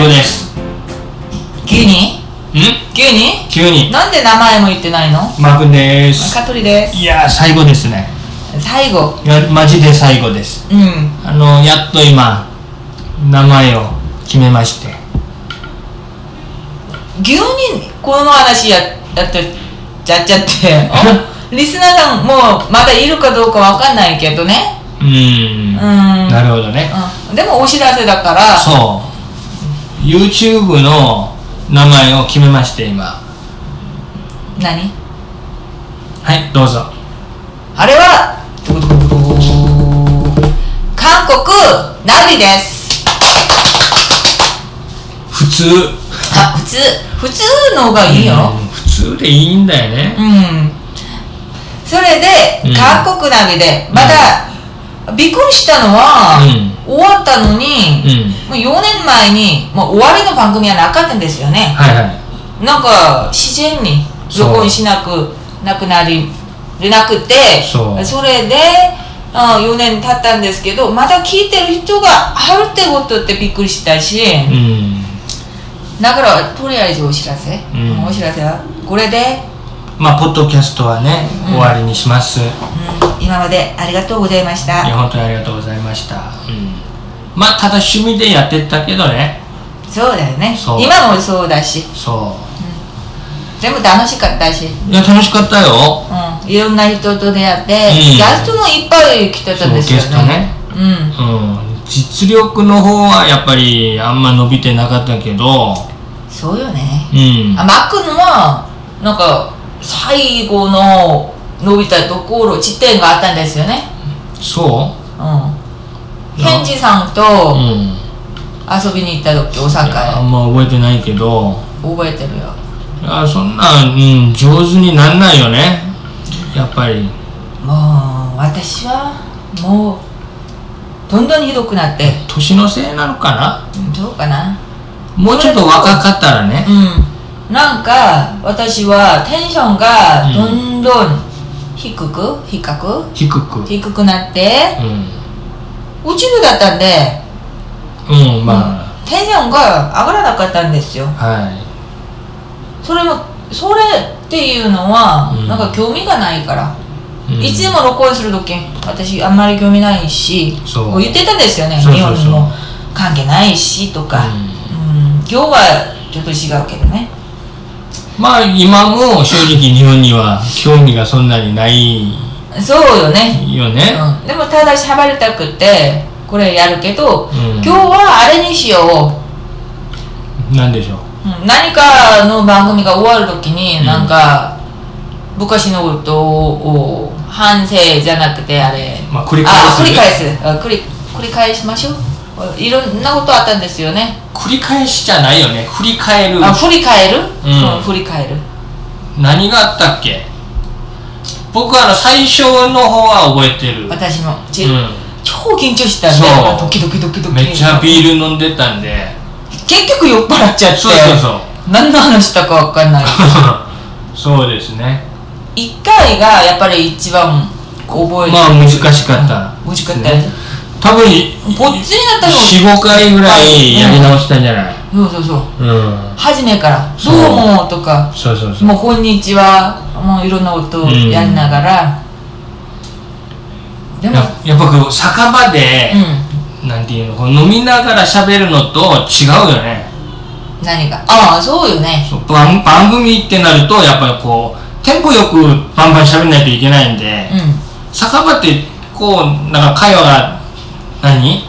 了です急にん急に急になんで名前も言ってないのマー君です香取ですいやー最後ですね最後いやマジで最後ですうんあのやっと今名前を決めまして急にこの話ややってやっちゃって おリスナーさんもうまだいるかどうかわかんないけどねうーんうんなるほどねうんでもお知らせだからそう YouTube の名前を決めまして今何はいどうぞあれはドドドドド韓国ナビです普通あ普通普通のがいいよ、うん普通でいいんだよねうんそれうんで韓国ナビでまだ、びっくりしたのは、う終わったのうん、に、もう4年前にもう終わりの番組はなかったんですよねはいはいなんか自然にそう録音しなくなくなりれなくてそうれであ4年経ったんですけどまだ聞いてる人があるってことってびっくりしたし、うんだからとりあえずお知らせ、うんお知らせはこれでまあポッドキャストはね、うん終わりにしますいうん今までありがとうございましたや本当にありがとうございました、うん、まあただ趣味でやってったけどねそうだよねそう今もそうだしそ全部楽しかったし、ういや楽しかったようん、いろんな人と出会って、うんゲストもいっぱい来てたんですよねそうゲストねううんん実力の方はやっぱりあんま伸びてなかったけどそうよねうんあマックンはなんか最後の伸びたところ地点があったんですよねそううんんケンジさんううとん遊びに行った時大あ阪へんま覚えてないけど覚えてるよあそんな、うん、上手になんないよねやっぱりもう私はもうどんどんひどくなって年のせいなのかなうんどうかなもうちょっと若かったらねうん、なんか私はテンションがどんどん低く低く低く低くなってう宇宙だったんでん、うん、まあ、テンションが上がらなかったんですよはいそれもそれっていうのは、うんなんか興味がないから、うんいつでも録音する時私あんまり興味ないしそうもう言ってたんですよねそうそうそう日本にも関係ないしとか、うん、今日はちょっと違うけどねまあ今も正直日本には興味がそんなにないそうよねよねうんでもただ喋りたくてこれやるけど、うん今日はあれにしよなんでしょうううん何かの番組が終わる時に、うんなんか昔のことを反省じゃなくてあれ、まあ繰り返あす繰ねり返すあ繰り繰り返しましょういろんなことあったんですよね、繰り返しじゃないよね振り返るあ振り返る、うん振り返る何があったっけ僕はあの最初の方は覚えてる、私も、ちう超緊張したんそうでドキドキドキドん、キめっちゃビール飲んでたんで結局酔っ払っちゃってそうそうそう 何の話したかわかんないそうですね1回がやっぱり一番覚えてるまあ難しかった難しかったでですすね多分こっちになったの45回ぐらいやり直したんじゃないそうそうそううん初めから「そどううも」とかそうそう「そうもうこんにちは」もういろんなことをやりながら、でもややっぱこう酒場でう、んなんていうのこう飲みながら喋るのと違うよね何がああそうよねそう番番組ってなるとやっぱりこうテンポよくバンバン喋らないといけないんで、うん酒場ってこうなんか会話が何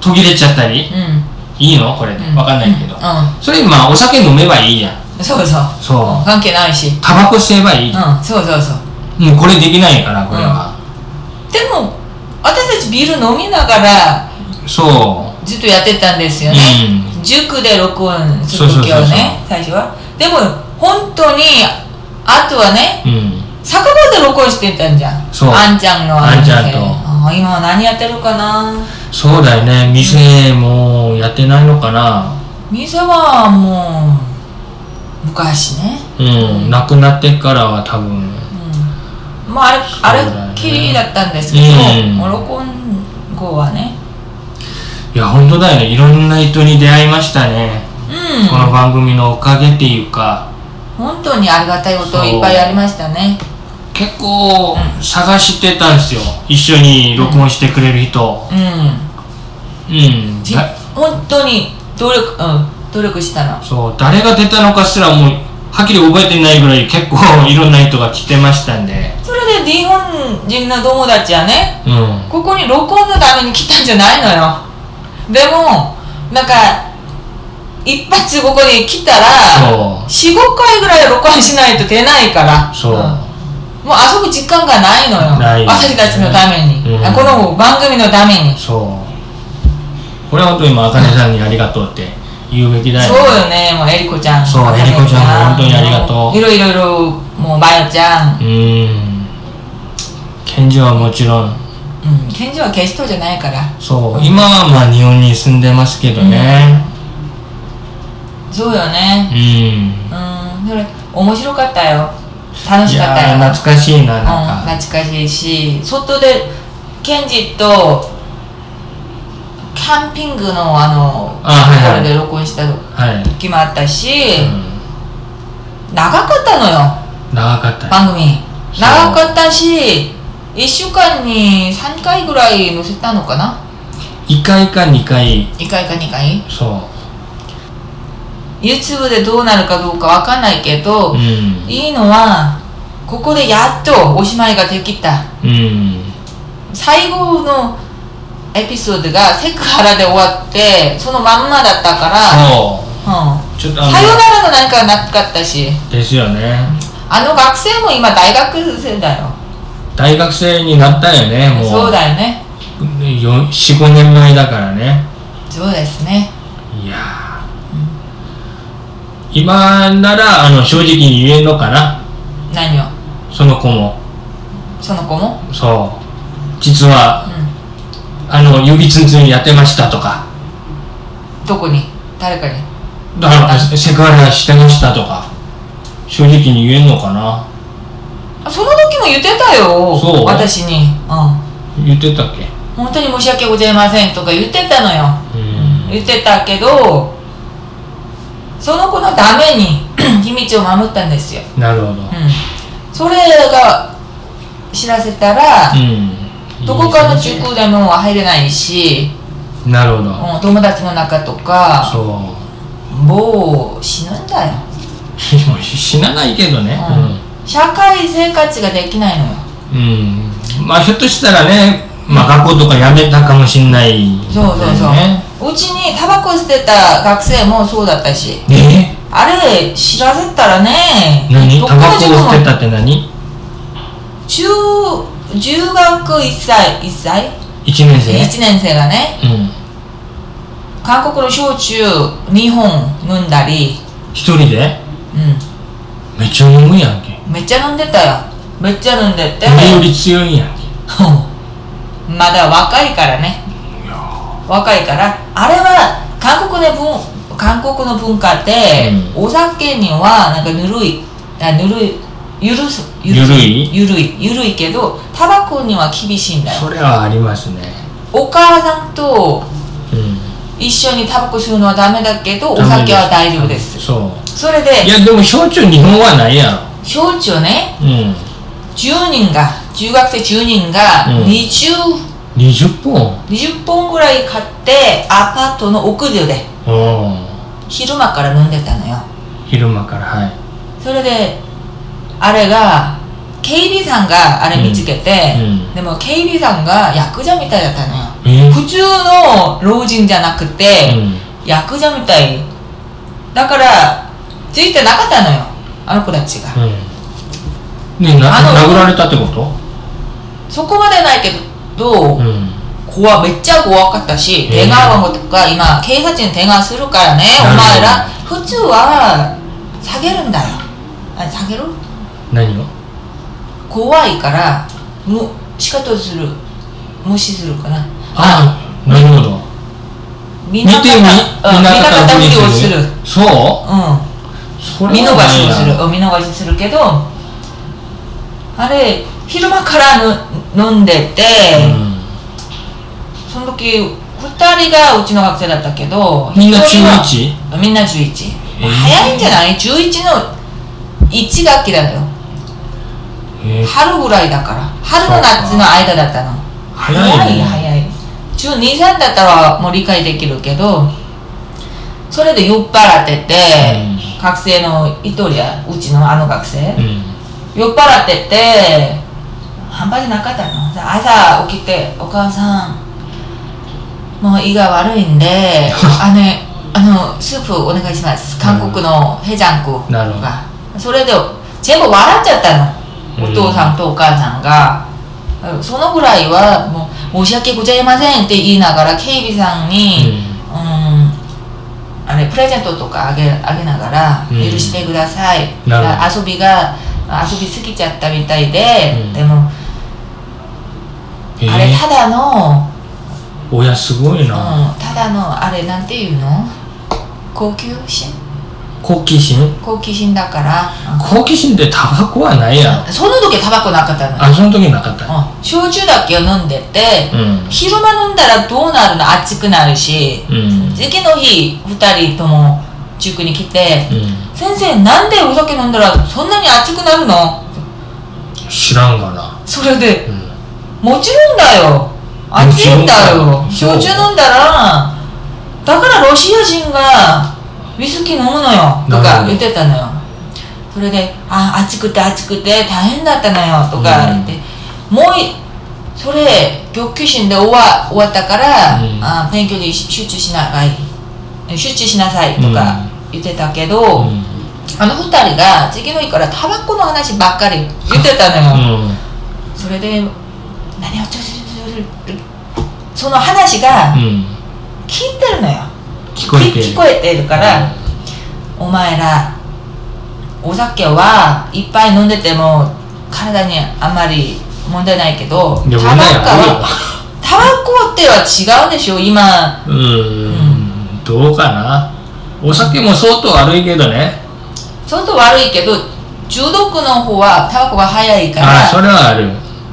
途切れちゃったりうんいいのこれでうん分かんないけど、うんそれまあお酒飲めばいいじゃんそうそうそう関係ないしタバコ吸えばいいじゃ、うんそうそうそうんもうこれできないからこれは、でも私たちビール飲みながらそうずっとやってたんですよね、塾で録音するそうそう時そうはそうね最初はでも本当にあとはねうんうん酒場で録音してたんじゃんそうあんちゃんのあんちゃんのとあー今何やってるかなそうだよね店もやってないのかな店はもう昔ね、うんなくなってからは多分うん、まああれそうだよねあれっきりだったんですけど、うんもう録音後はねいや本当だよねいろんな人に出会いましたねうんこの番組のおかげっていうか本当にありがたいことそういっぱいありましたね結構う探してたんですよ一緒に録音してくれる人うんうん、じだ本当に努力うん努力したのそう誰が出たのかすらもうはっきり覚えてないぐらい結構 いろんな人が来てましたんでそれで日本人の友達はねうんここに録音のために来たんじゃないのよでもなんか一発ここに来たらそ45回ぐらい録音しないと出ないからうそう、んもう遊ぶ時間がないのよない私たちのために、うんあこの番組のためにそうこれは本当に今あかねさんにありがとうって言うべきだよそうよね、もうエリコちゃん。そう茜エリコちゃん本当にありがとういろいろいろ、もうマヨちゃん。うーん賢治はもちろんうん、賢治はゲストじゃないから。そう今はまあ日本に住んでますけどねそうよね。うん、うん、それ面白かったよ。楽いしかったよ。やー懐かしいなうなんんか、懐かしいし、外で賢治とキャンピングのあの、あはいはいところで録音したはい、時もあったし、うん、長かったのよ、長かった番組。そう長かったし、1週間に3回ぐらい載せたのかな1回か2回1回か2回そ YouTube でどうなるかどうかわかんないけど、ううんいいのはここでやっとおしまいができたうん最後のエピソードがセクハラで終わってそのまんまだったから、そうんうちょっとあさよならのなんかなかったしのですよねあの学生も今大学生だよ大学生になったよねもうそうだよね45年前だからねそうですねいやー今ならあの正直に言えんのかな何をその子もその子も、そう実はうあの指ツンツンやってましたとかん、どこに誰かにだからセクハラしてましたとか正直に言えんのかなあその時も言ってたよそう私に、うん、言ってたっけ本当に申し訳ございませんとか言ってたのようん言ってたけどその子のために 秘密を守ったんですよ、なるほどうん、それが知らせたら、うんどこかのいいですね塾でも入れないし、なるほどうん、友達の中とかそう もう死ぬんだよ、もう死なないけどねうん、社会生活ができないのようん、うんまあひょっとしたらねまあ学校とか辞めたかもしんないそうそうそう、ねうちにタバコ捨てた学生もそうだったしえあれ知らせたらね何どタっかバのコ塾をも捨てたって何中中学1歳1歳一年生1年生がねうん韓国の焼酎2本飲んだり、一人でうめっちゃ飲むやんけん、めっちゃ飲んでたよめっちゃ飲んでて俺より強いやんけうん まだ若いからねいや若いからあれは韓国の文韓国の文化って、うお酒にはなんかぬるいあぬるいゆるすゆるいゆるいゆるいけどタバコには厳しいんだよそれはありますねお母さんとうん一緒にタバコ吸うのはダメだけどおダメです酒は大丈夫ですそそれういでやでも焼酎日本はないや小中ねろうん10人が中学生10人がうん 20,、 20本20本ぐらい買ってアパートの屋上でう昼間から飲んでたのよん昼間からはいそれであれが警備さんがあれ見つけて、うんうんでも警備さんがヤクザみたいだったのよえ普通の老人じゃなくて、うんヤクザみたいだからついてなかったのよあの子たちが、うんねなあの殴られたってことそこまでないけど、うん怖めっちゃ怖かったしうん電話番号とか今警察に電話するからねなおるほど前ら普通は下げるんだよあ下げる何を怖いからむ仕方する無視するかなああなるほど見見てみ見うん見ななかかっったたふふりりをすするるそうんうそ見れ逃はないしをするなうん見逃しするけどあれ昼間からぬ飲んでて、うんその時2人がうちの学生だったけどみんな中一1人はみんな11、えー早いんじゃない11の1学期だよえー春ぐらいだから春の夏の間だったの早い早いね早い中2歳だったらもう理解できるけどそれで酔っ払ってて、うん学生の一人やうちのあの学生、うん酔っ払ってて半端じゃなかったの朝起きて「お母さんもう胃が悪いん であの,、あのスープお願いします韓国のヘジャンクなるほどがそれで全部笑っちゃったのお父さんとお母さんが、そのぐらいはもう「申し訳ございません」って言いながら警備さんに、うんあれプレゼントとかあげあげながら「うん許してください」なる遊びが遊びすぎちゃったみたいで、うんでも、えーあれただの、親すごいなうん、ただのあれなんていうの高級心好奇心好奇心だから、好奇心ってタバコはないやろうんその時はタバコなかったのよ、あその時なかったうん、焼酎だけを飲んでて、うん昼間飲んだらどうなるの暑くなるしうん次の日2人とも塾に来てうん「先生なんでお酒飲んだらそんなに暑くなるの?知らんがな」それでうんもちろんだよ暑いんだよもちろん焼酎飲んだらだからロシア人がウイスキー飲むのよとなるほかど言ってたのよそれで「あ暑くて暑くて大変だったのよ」とか言って、もういそれ学級審で終わ終わったから、うんあ勉強に集中しなさい集中しなさいとか言ってたけど、うんあの二人が次の日からタバコの話ばっかり言ってたのよ、うんそれで何をちょちょちょちょその話がうん聞いてるのよ、聞こえてる聞こえてるから、お前らお酒はいっぱい飲んでても体にあんまり問題ないけどでもタバコはねタバコっては違うでしょ今うーんどうかなお酒も相当悪いけどねちょっと悪いけど中毒の方はタバコが早いからあそれはある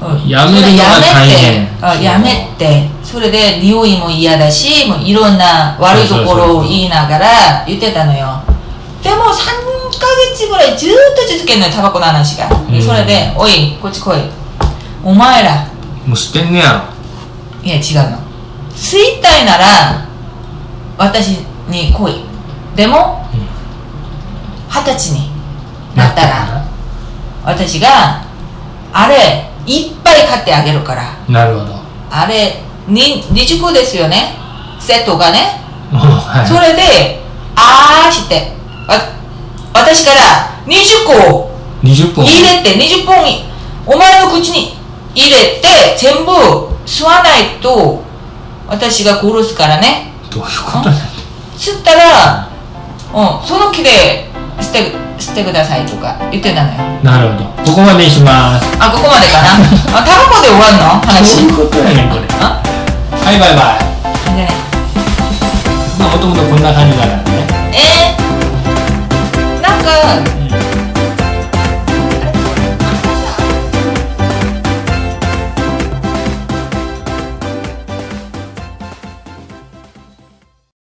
うんやめるのが大変それやめてあやめてそれで匂いも嫌だしもういろんな悪いところを言いながら言ってたのよでも3ヶ月ぐらいずっと続けるのよタバコの話が、うんそれで「おいこっち来いお前らもう捨てんねやいや違うの吸いたいなら私に来いでもうん二十歳にろなったら私があれいっぱい買ってあげるからなるほどあれ、に20個ですよね、セットがね。うんはいそれで、あーして、わ私から20個を20本入れて、20本い、お前の口に入れて、全部吸わないと、私が殺すからね。どういうことなんだ吸ったら、うん、その木で捨て、捨てくださいとか言ってたのよ。なるほどここまでにしますあ、ここまでか な。あ、タバコで終わるの話。そういうことやねんこれあはいバイバイじゃあねまあもともとこんな感じだからねえー、なんか、